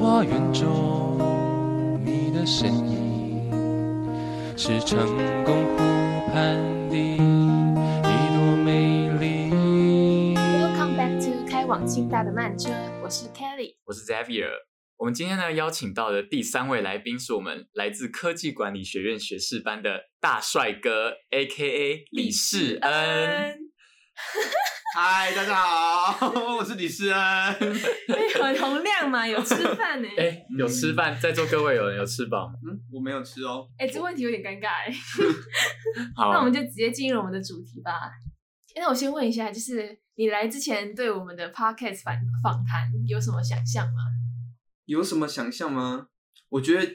花园中你的身影，是成功湖畔的一朵美丽。 Welcome back to 开往清大的慢车，我是 Kelly。我是 Xavier。我们今天呢邀请到的第三位来宾是我们来自科技管理学院学士班的大帅哥，A.K.A. 李世哎恩。，嗨，大家好，我 是李世恩。嗯有容量嘛？有吃饭 呢、哎、有吃饭，在座各位有人有吃饱吗？嗯，我没有吃哦。哎、这问题有点尴尬哎、那我好们，就直接进入我们的主题吧。哎那我先问一下，就是你来之前对我们的 podcast 访访谈有什么想象吗？有什么想象吗？我觉得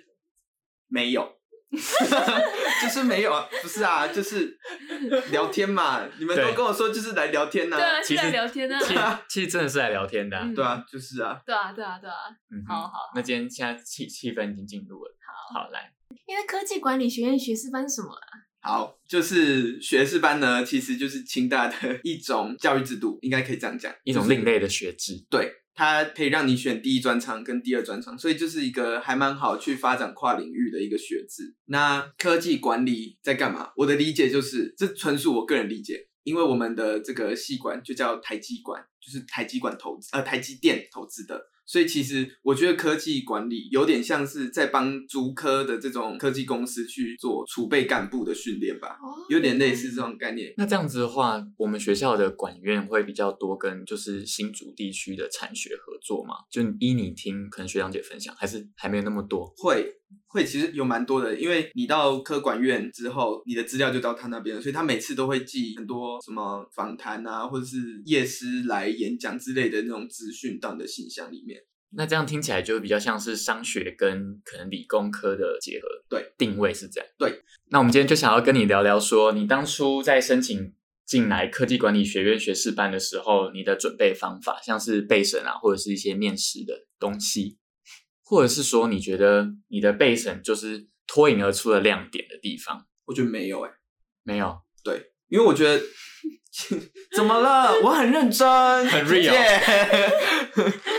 没 有，就是没有啊，不是啊，就是聊天嘛。你们对都跟我说就是来聊天呐、对啊，是其在实聊天呢、其实其实真的是来聊天的啊、嗯对啊，就是啊。对啊，对啊，对啊。嗯好好好。那今天现在气气氛已经进入了。好，好来，因为科技管理学院学士班是什么啊？好，就是学士班呢，其实就是清大的一种教育制度，应该可以这样讲，一种就是另类的学制。对，它可以让你选第一专长跟第二专长，所以就是一个还蛮好去发展跨领域的一个学制。那科技管理在干嘛？我的理解就是，这纯属我个人理解，因为我们的这个系管就叫台积管，就是台积管投资，呃，台积电投资的。所以其实我觉得科技管理有点像是在帮竹科的这种科技公司去做储备干部的训练吧，哦有点类似这种概念。那这样子的话，我们学校的管院会比较多跟就是新竹地区的产学合作嘛？就依你听，可能学长姐分享，还是还没有那么多。会会其实有蛮多的，因为你到科管院之后，你的资料就到他那边了，所以他每次都会寄很多什么访谈啊，或者是夜师来演讲之类的那种资讯到你的信箱里面。那这样听起来就比较像是商学跟可能理工科的结合，对，定位是这样。对，那我们今天就想要跟你聊聊说，你当初在申请进来科技管理学院学士班的时候，你的准备方法，像是备审啊，或者是一些面试的东西，或者是说你觉得你的备审就是脱颖而出的亮点的地方，我觉得没有哎、没有？因为我觉得 怎么了？我很认真，很 real 姐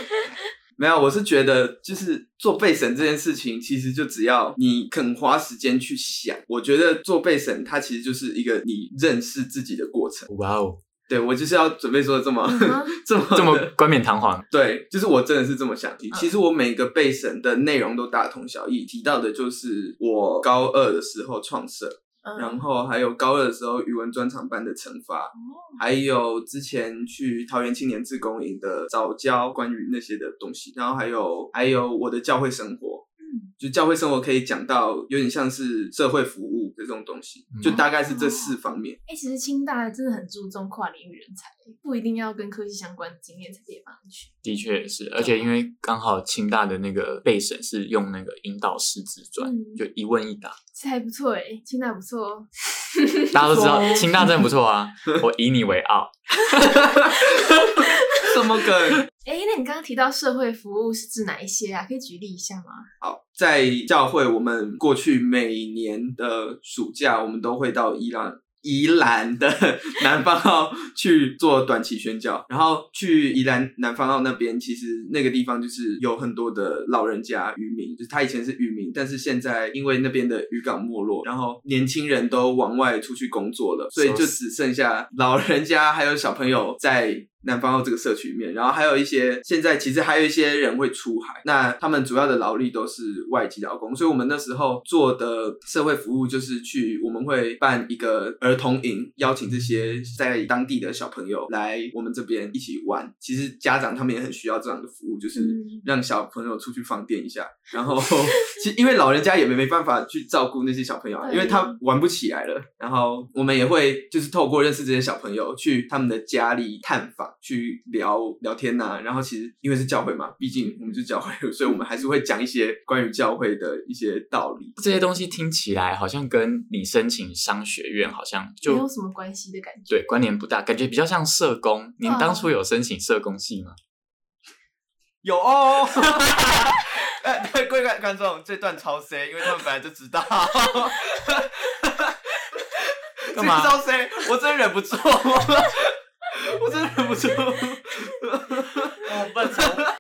没有，我是觉得就是做备审这件事情，其实就只要你肯花时间去想，我觉得做备审它其实就是一个你认识自己的过程。哇哦，对我就是要准备说这么、嗯哼 这么这这么冠冕堂皇。对，就是我真的是这么想。嗯其实我每个备审的内容都大同小异，提到的就是我高二的时候创社，嗯然后还有高二的时候语文专场班的惩罚，哦还有之前去桃园青年志工营的早教关于那些的东西，然后还有还有我的教会生活。嗯就教会生活可以讲到有点像是社会服务的这种东西，就嗯大概是这四方面。 哎、其实清大真的很注重跨领域人才，不一定要跟科技相关的经验才可以帮你去。的确也是，而且啊因为刚好清大的那个备审是用那个引导式自传，嗯就一问一答，这还不错哎、清大不错。哦大家都知道不错哦清大真的不错啊，我以你为傲。什么梗？哎、那你刚刚提到社会服务是指哪一些啊？可以举例一下吗？好，在教会，我们过去每年的暑假，我们都会到伊朗。宜兰的南方澳去做短期宣教，然后去宜兰南方澳那边，其实那个地方就是有很多的老人家渔民，就是他以前是渔民，但是现在因为那边的渔港没落，然后年轻人都往外出去工作了，所以就只剩下老人家还有小朋友在南方澳这个社区里面，然后还有一些现在其实还有一些人会出海，那他们主要的劳力都是外籍劳工，所以我们那时候做的社会服务就是去我们会办一个儿童营，邀请这些在当地的小朋友来我们这边一起玩。其实家长他们也很需要这样的服务，就是嗯让小朋友出去放电一下，然后其实因为老人家也没没办法去照顾那些小朋友啊，对因为他玩不起来了。然后我们也会就是透过认识这些小朋友，去他们的家里探访，去聊聊天呐、然后其实因为是教会嘛，毕竟我们是教会，所以我们还是会讲一些关于教会的一些道理。这些东西听起来好像跟你申请商学院好像没有就什么关系的感觉。对关联不大，感觉比较像社工。你对啊当初有申请社工系吗？有哦。 呃，对，各位观观众，这段超 C，因为他们本来就知道。干嘛这超 C，我真忍不住， 哦我真忍不住。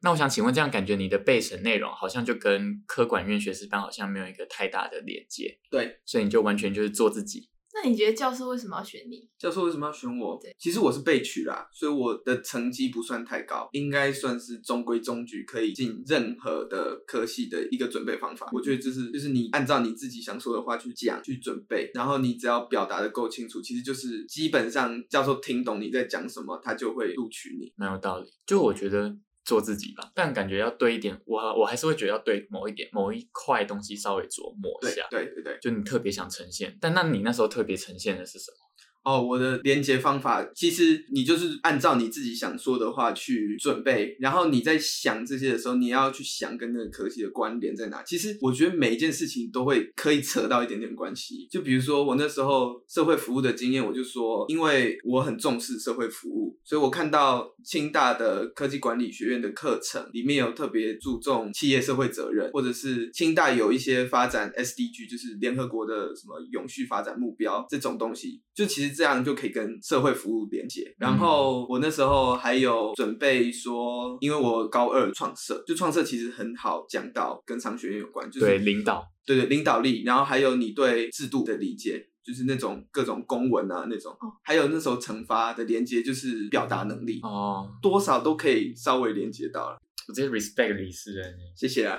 那我想请问，这样感觉你的备审内容好像就跟科管院学士班好像没有一个太大的连接，对，所以你就完全就是做自己。那你觉得教授为什么要选你？教授为什么要选我对？其实我是被取啦，所以我的成绩不算太高，应该算是中规中矩，可以进任何的科系的一个准备方法。我觉得就是就是你按照你自己想说的话去讲去准备，然后你只要表达的够清楚，其实就是基本上教授听懂你在讲什么，他就会录取你。蛮有道理。就我觉得做自己吧，但感觉要对一点，我我还是会觉得要对某一点某一块东西稍微琢磨一对下。对对对。就你特别想呈现，但那你那时候特别呈现的是什么？哦，我的连接方法，其实你就是按照你自己想说的话去准备，然后你在想这些的时候，你要去想跟那个科系的关联在哪。其实我觉得每一件事情都会可以扯到一点点关系。就比如说我那时候社会服务的经验，我就说，因为我很重视社会服务，所以我看到清大的科技管理学院的课程里面有特别注重企业社会责任，或者是清大有一些发展 SDG，就是联合国的什么永续发展目标这种东西，就其实这样就可以跟社会服务连接。然后我那时候还有准备说，因为我高二创社，就创社其实很好讲到跟商学院有关，就是对，领导，对对，领导力，然后还有你对制度的理解，就是那种各种公文啊那种，哦还有那时候惩罚的连接，就是表达能力，哦，多少都可以稍微连接到了。我直接 respect 李世仁。谢谢啊，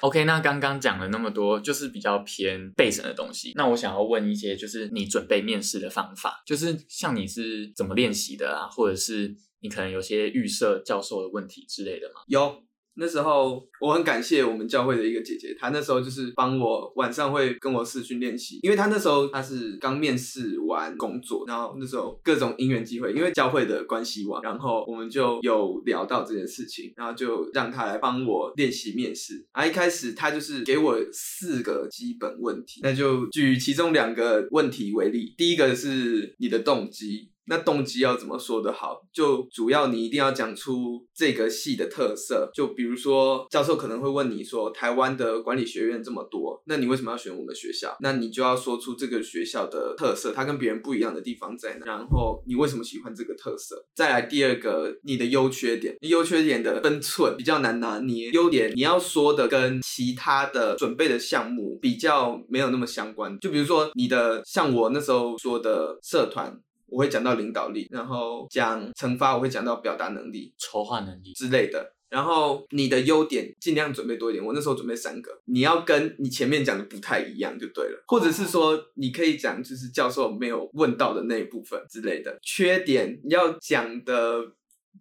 OK，那刚刚讲了那么多，就是比较偏备审的东西。那我想要问一些，就是你准备面试的方法，就是像你是怎么练习的啊，或者是你可能有些预设教授的问题之类的吗？有。那时候我很感谢我们教会的一个姐姐，她那时候就是帮我晚上会跟我视讯练习，因为她那时候她是刚面试完工作，然后那时候各种因缘机会，因为教会的关系网，然后我们就有聊到这件事情，然后就让她来帮我练习面试。啊，一开始她就是给我四个基本问题，那就举其中两个问题为例，第一个是你的动机，那动机要怎么说的好？就主要你一定要讲出这个系的特色。就比如说，教授可能会问你说，台湾的管理学院这么多，那你为什么要选我们学校？那你就要说出这个学校的特色，它跟别人不一样的地方在哪？然后你为什么喜欢这个特色？再来第二个，你的优缺点，优缺点的分寸比较难拿捏。优点你要说的跟其他的准备的项目比较没有那么相关。就比如说你的，像我那时候说的社团。我会讲到领导力，然后讲惩罚，我会讲到表达能力筹划能力，之类的。然后你的优点尽量准备多一点，我那时候准备三个，你要跟你前面讲的不太一样就对了，或者是说你可以讲就是教授没有问到的那一部分之类的。缺点你要讲的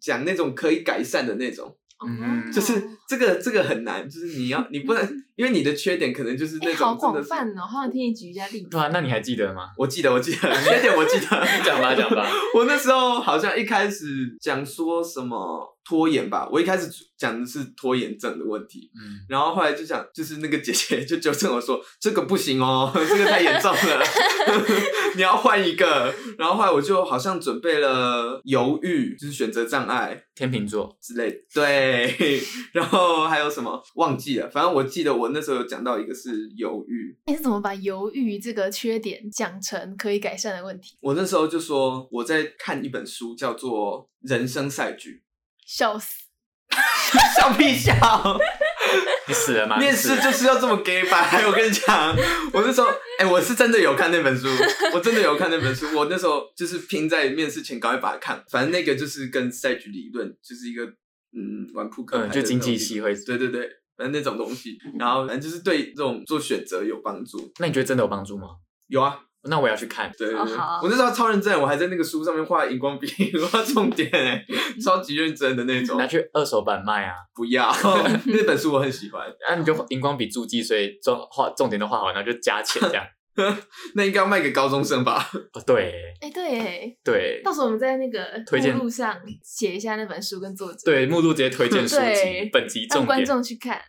讲那种可以改善的那种，嗯哦就是这个这个很难，就是你要你不 能因为你的缺点可能就是哎、那好种真广的是。泛哦，好想听你举一下例子对。啊，那你还记得吗？ 我记得，我记得，缺点我记得，讲吧，讲吧。 我那时候好像一开始讲说什么拖延吧，我一开始讲的是拖延症的问题，嗯，然后后来就想，就是那个姐姐就纠正我说这个不行哦， 这个太严重了， 你要换一个。然后后来我就好像准备了犹豫，就是选择障碍天秤座，之类的，对。然后还有什么忘记了，反正我记得我那时候有讲到一个是犹豫，你是怎么把犹豫这个缺点讲成可以改善的问题？我那时候就说我在看一本书，叫做《人生赛局笑死！》，笑屁笑，你死了吗？面你死试了就是要这么 gay 白。我跟你讲，我那时候，哎、我是真的有看那 本书，我真的有看那本书。我那时候就是拼在面试前赶快把它看，反正那个就是跟赛局理论就是一个嗯玩扑克牌嗯，的就经济东西系会。对对对，反正那种东西，然后反正就是对这种做选择有帮助。那你觉得真的有帮助吗？有啊，那我要去看。对对哦对，好我那时候超认真，我还在那个书上面画荧光笔，我画重点 哎、超级认真的那种拿。去二手版卖啊！不 要，那本书我很喜欢，那、啊你就荧光笔注记，所以重画重点都画好，然后就加钱这样。 那应该要卖给高中生吧？哦，对哎、对耶，对到时候我们在那个推荐目录上写一下那本书跟作者，，对，目录直接推荐书籍对，本集让重观点。众去看。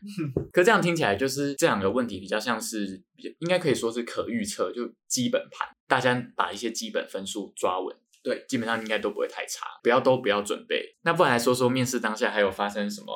可这样听起来，就是这两个问题比较像是，应该可以说是可预测，就基本盘，大家把一些基本分数抓稳。对，基本上应该都不会太差，不要都不要准备。那不然来说说面试当下还有发生什么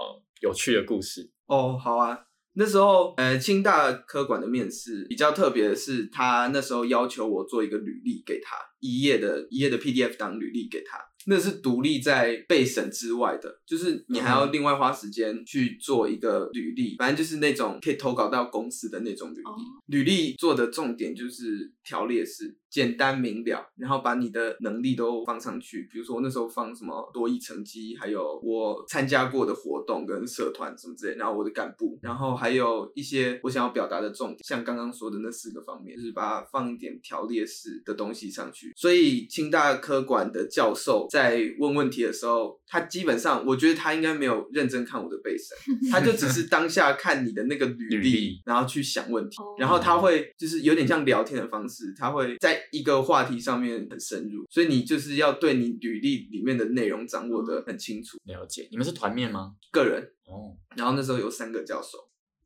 有趣的故事？哦，好啊。那时候，呃，清大科管的面试比较特别的是，他那时候要求我做一个履历给他，一页的一页的 PDF 当履历给他。那是独立在备审之外的，就是你还要另外花时间去做一个履历，反正就是那种可以投稿到公司的那种履历。哦履历做的重点就是条列式，简单明了，然后把你的能力都放上去。比如说我那时候放什么多益成绩，还有我参加过的活动跟社团什么之类，然后我的干部，然后还有一些我想要表达的重点，像刚刚说的那四个方面，就是把它放一点条列式的东西上去。所以清大科管的教授在问问题的时候，他基本上我觉得他应该没有认真看我的背审，他就只是当下看你的那个履履历历，然后去想问题哦，然后他会就是有点像聊天的方式，他会在一个话题上面很深入，所以你就是要对你履历里面的内容掌握的很清楚。了解。你们是团面吗？个人，哦，然后那时候有三个教授，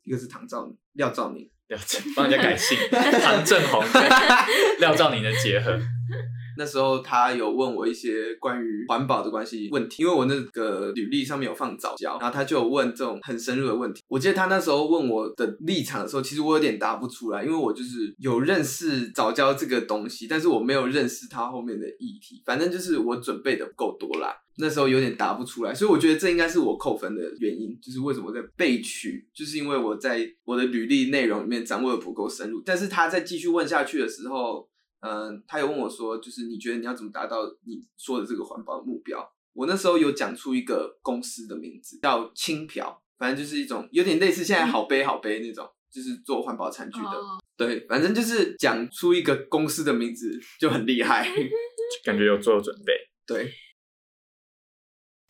一个是唐兆宁、廖兆宁，了解，帮人家改 姓，唐正 宏跟廖兆宁的结合。那时候他有问我一些关于环保的关系问题，因为我那个履历上面有放早教，然后他就有问这种很深入的问题。我记得他那时候问我的立场的时候，其实我有点答不出来，因为我就是有认识早教这个东西，但是我没有认识它后面的议题。反正就是我准备的不够多啦。那时候有点答不出来，所以我觉得这应该是我扣分的原因，就是为什么我在被取，就是因为我在我的履历内容里面掌握的不够深入。但是他在继续问下去的时候，嗯，他有问我说，就是你觉得你要怎么达到你说的这个环保的目标？我那时候有讲出一个公司的名字叫青瓢，反正就是一种有点类似现在好杯好杯那种，就是做环保餐具的。哦，对，反正就是讲出一个公司的名字就很厉害。 感觉有做准备。对，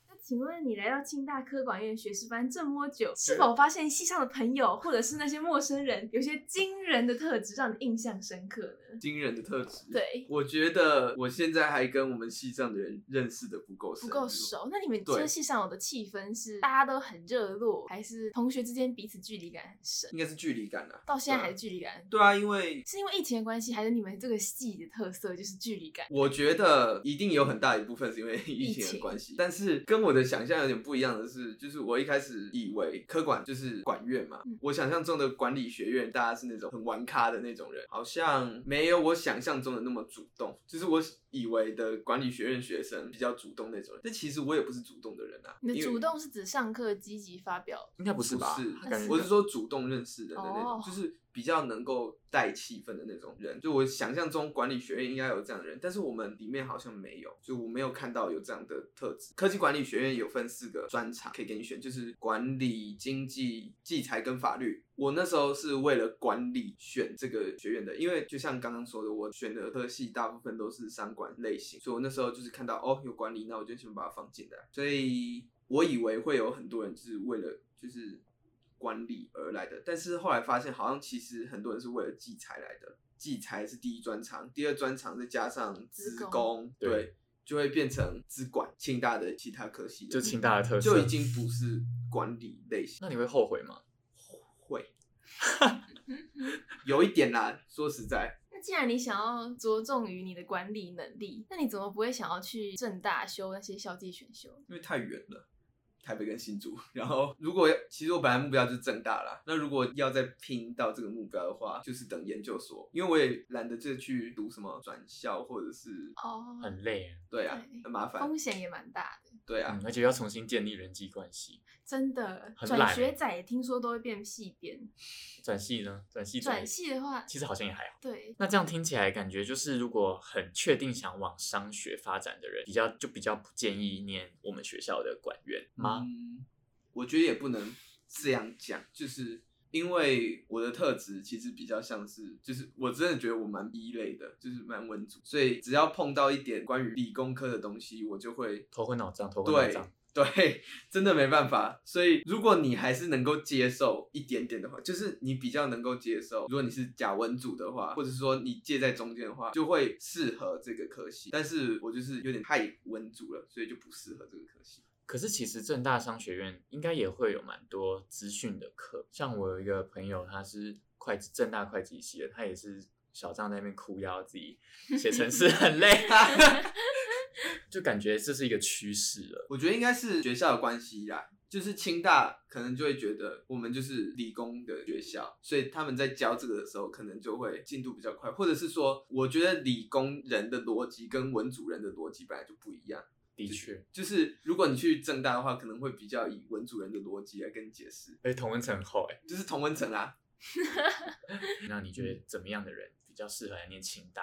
那请问你来到清大科管院学士班这么久，是否发现系上的朋友或者是那些陌生人有些惊人的特质让你印象深刻呢？惊人的特质。对，我觉得我现在还跟我们系上的人认识的不够深不入够。熟。那你们对这系上有的气氛是大家都很热络，还是同学之间彼此距离感很深？应该是距离感啊。到现在还对是距离感很对啊，因为是因为疫情的关系，还是你们这个系的特色就是距离感？我觉得一定有很大一部分是因为 疫疫情的情关系，但是跟我的想象有点不一样的是，就是我一开始以为科管就是管院嘛，嗯我想象中的管理学院大家是那种很玩咖的那种人，好像没有我想象中的那么主动，就是我以为的管理学院学生比较主动那种人，但其实我也不是主动的人啊。你的因为主动是指上课积极发表，应该不不是是吧？感觉我是说主动认识人的那种，哦就是比较能够带气氛的那种人。就我想象中管理学院应该有这样的人，但是我们里面好像没有，就我没有看到有这样的特质。科技管理学院有分四个专场可以给你选，就是管理、经济、计财跟法律。我那时候是为了管理选这个学院的，因为就像刚刚说的，我选的科系大部分都是商管类型，所以我那时候就是看到哦有管理，那我就先把它放进来。所以我以为会有很多人就是为了就是管理而来的，但是后来发现好像其实很多人是为了计财来的，计财是第一专长，第二专长再加上资资工工，对对，就会变成资管，清大的其他科系的就清大的特色就已经不是管理类型。那你会后悔吗？会，有一点啦。说实在，那既然你想要着重于你的管理能力，那你怎么不会想要去正大修那些校际选修？因为太远了，台北跟新竹。然后，如果要其实我本来目标就是正大啦，那如果要再拼到这个目标的话，就是等研究所，因为我也懒得再去读什么转校或者是哦，很累，对啊对，很麻烦。风险也蛮大的，对啊，嗯，而且要重新建立人际关系。真的。很转懒欸学仔听说都会变系编，转系呢？转系转系的话，其实好像也还好。对，那这样听起来，感觉就是如果很确定想往商学发展的人，比较就比较不建议念我们学校的管院吗？嗯，我觉得也不能这样讲，就是因为我的特质其实比较像是，就是我真的觉得我蛮一类的，就是蛮文组，所以只要碰到一点关于理工科的东西，我就会头昏脑胀，头昏脑对胀。对， 真的没办法。所以如果你还是能够接受一点点的话，就是你比较能够接受，如果你是假文组的话，或者说你介在中间的话，就会适合这个科系。但是我就是有点太文组了，所以就不适合这个科系。可是其实正大商学院应该也会有蛮多资讯的课，像我有一个朋友，他是会计正大会计系的，他也是小张在那边哭腰自己写程式很累，啊 就感觉这是一个趋势了。我觉得应该是学校的关系啦，就是清大可能就会觉得我们就是理工的学校，所以他们在教这个的时候，可能就会进度比较快，或者是说，我觉得理工人的逻辑跟文组人的逻辑本来就不一样。的确，就是如果你去正大的话，可能会比较以文主人的逻辑来跟你解释，哎，同温层很厚哎。 就是同文层啊。那你觉得怎么样的人比较适合来念清大？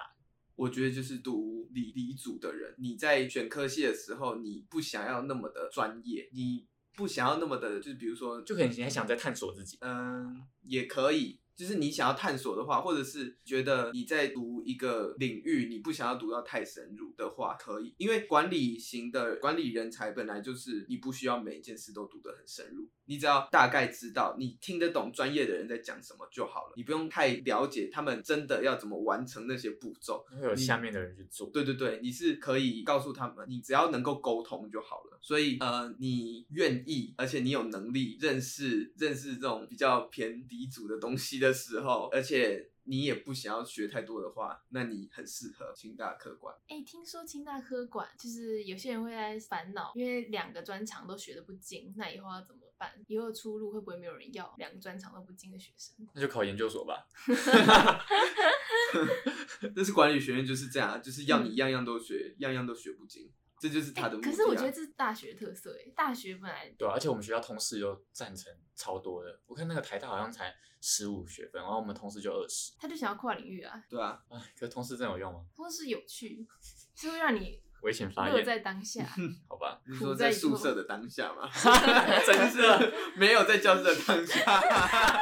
我觉得就是读理理组的人，你在选科系的时候，你不想要那么的专业，你不想要那么的，就是比如说就可能你还想再探索自己，嗯，也可以。就是你想要探索的话，或者是觉得你在读一个领域，你不想要读到太深入的话，可以，因为管理型的管理人才本来就是你不需要每一件事都读得很深入，你只要大概知道你听得懂专业的人在讲什么就好了，你不用太了解他们真的要怎么完成那些步骤，会有下面的人去做。对对对，你是可以告诉他们，你只要能够沟通就好了。所以呃，你愿意，而且你有能力认识认识这种比较偏低组的东西的时候，而且你也不想要学太多的话，那你很适合清大科管。哎、听说清大科管就是有些人会在烦恼，因为两个专长都学的不精，那以后要怎么办？以后的出路会不会没有人要两个专长都不精的学生？那就考研究所吧。 但是管理学院就是这样啊，就是要你样样都学，样样都学不精，这就是嗯哎、他的目的、啊可是我觉得这是大学特色哎、大学本来对啊，而且我们学校通识又赞成超多的，我看那个台大好像才十五学分，然后我们通识就二十。他就想要跨领域啊，对啊，哎， 可是通识真的有用吗？或是有趣，就会让你危险发乐言，在当 下。好吧，你说苦在在以宿后舍的当下 嘛，真的。 没有在教室的当下，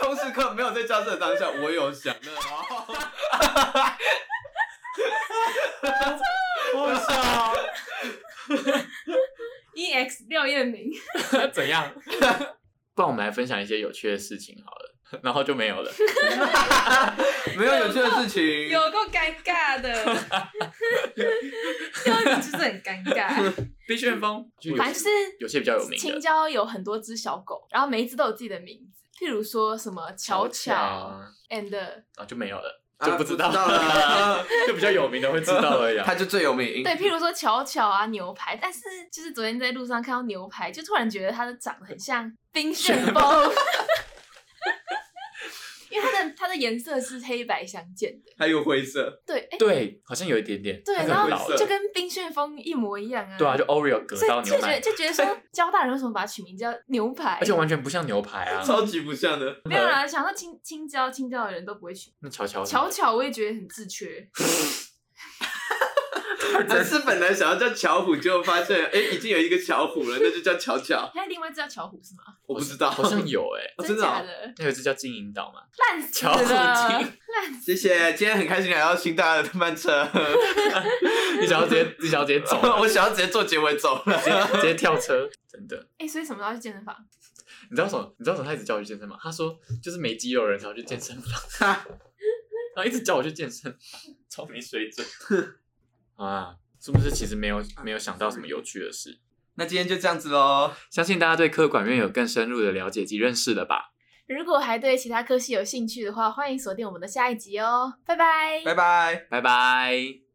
通识课没有在教室的当下，我有想的哦。我操！ EX E 廖彦明， 怎 样？不然我们来分享一些有趣的事情好了， 然后就没有了。没有有趣的事 情，有够尴尬 的，廖彦明就是很尴 尬。 B 旋风，就有反正就是有些比较有名青的，椒有很多只小狗，然后每一只都有自己的名字，譬如说什么巧巧啊， and 就没有了，啊就不知道不知道了， 就比较有名的会知道而已啊。他就最有名。对，譬如说巧巧啊牛排，但是就是昨天在路上看到牛排，就突然觉得它的长得很像冰旋 风，因为它的它的颜色是黑白相间的，还有灰色，对，哎、对，好像有一点点，对，它然可后能老灰了色就跟冰旋风一模一样啊，对啊，就 Oreo 隔所到以牛就觉得奶，就觉得 说，交大人为什么把它取名叫牛排？而且完全不像牛排 啊。超级不像 的。没有啦，想到青青椒，青椒的人都不会取。那巧哦巧是巧巧我也觉得很自缺，但是本来想要叫巧虎，结果发现哎、诶已经有一个巧虎了，那就叫巧巧。还有另外一只叫巧虎是吗？我不知道，好像有哎，哦、真真的假哦、的？那有一只叫金银岛嘛，烂死巧虎了！金，谢谢，今天很开心来到新大的慢车， 你想要直接你想要直接走了，我想要直接做结尾走了。直接直接跳车，真的。哎、所以什么时候去健身房？你知道什么？你知道什么？他一直叫我去健身吗？他说就是没肌肉的人才会去健身房， 然后一直叫我去健身，超没水准 啊！是不是其实没有没有想到什么有趣的事？那今天就这样子喽，相信大家对科管院有更深入的了解及认识了吧？如果还对其他科系有兴趣的话，欢迎锁定我们的下一集哦，拜拜。拜拜。拜拜。